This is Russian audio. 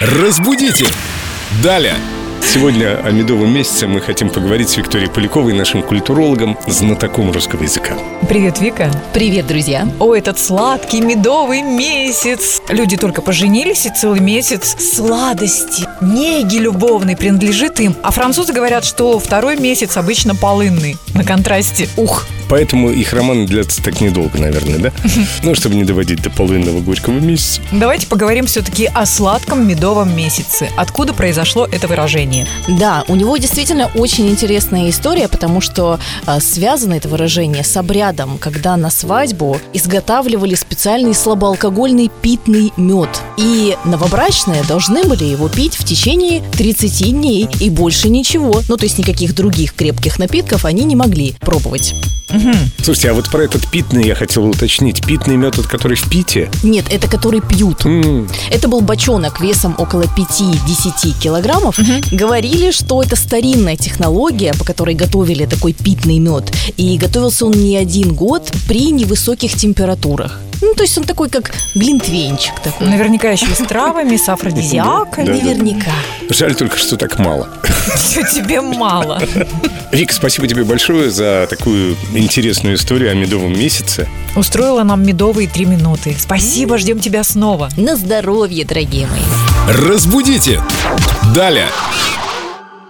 Разбудите! Далее! Сегодня о медовом месяце мы хотим поговорить с Викторией Поляковой, нашим культурологом, знатоком русского языка. Привет, Вика. Привет, друзья! О, этот сладкий медовый месяц. Люди только поженились, и целый месяц сладости, неги любовной принадлежит им. А французы говорят, что второй месяц обычно полынный. На контрасте. Ух, Поэтому их романы длятся так недолго, наверное, да? Ну, чтобы не доводить до полынного горького месяца. Давайте поговорим все-таки о сладком медовом месяце. Откуда произошло это выражение? Да, у него действительно очень интересная история, потому что э, связано это выражение с обрядом, когда на свадьбу изготавливали специальный слабоалкогольный питный мед. И новобрачные должны были его пить в течение 30 дней и больше ничего. Ну, то есть никаких других крепких напитков они не могли пробовать. Мгм. Слушайте, а вот про этот питный я хотел уточнить. Питный мед, от который в Пите? Нет, это которые пьют. М, Это был бочонок весом около 5-10 килограммов. Говорили, что это старинная технология, по которой готовили такой питный мед. И готовился он не один год при невысоких температурах. Ну, то есть он такой, как глинтвейнчик такой. Наверняка еще и с травами, с афродизиаками. Да. Наверняка. Жаль только, что так мало. Все тебе мало. Вик, спасибо тебе большое за такую интересную историю о медовом месяце. Устроила нам медовые три минуты. Спасибо, ждем тебя снова. На здоровье, дорогие мои. Разбудите! Далее!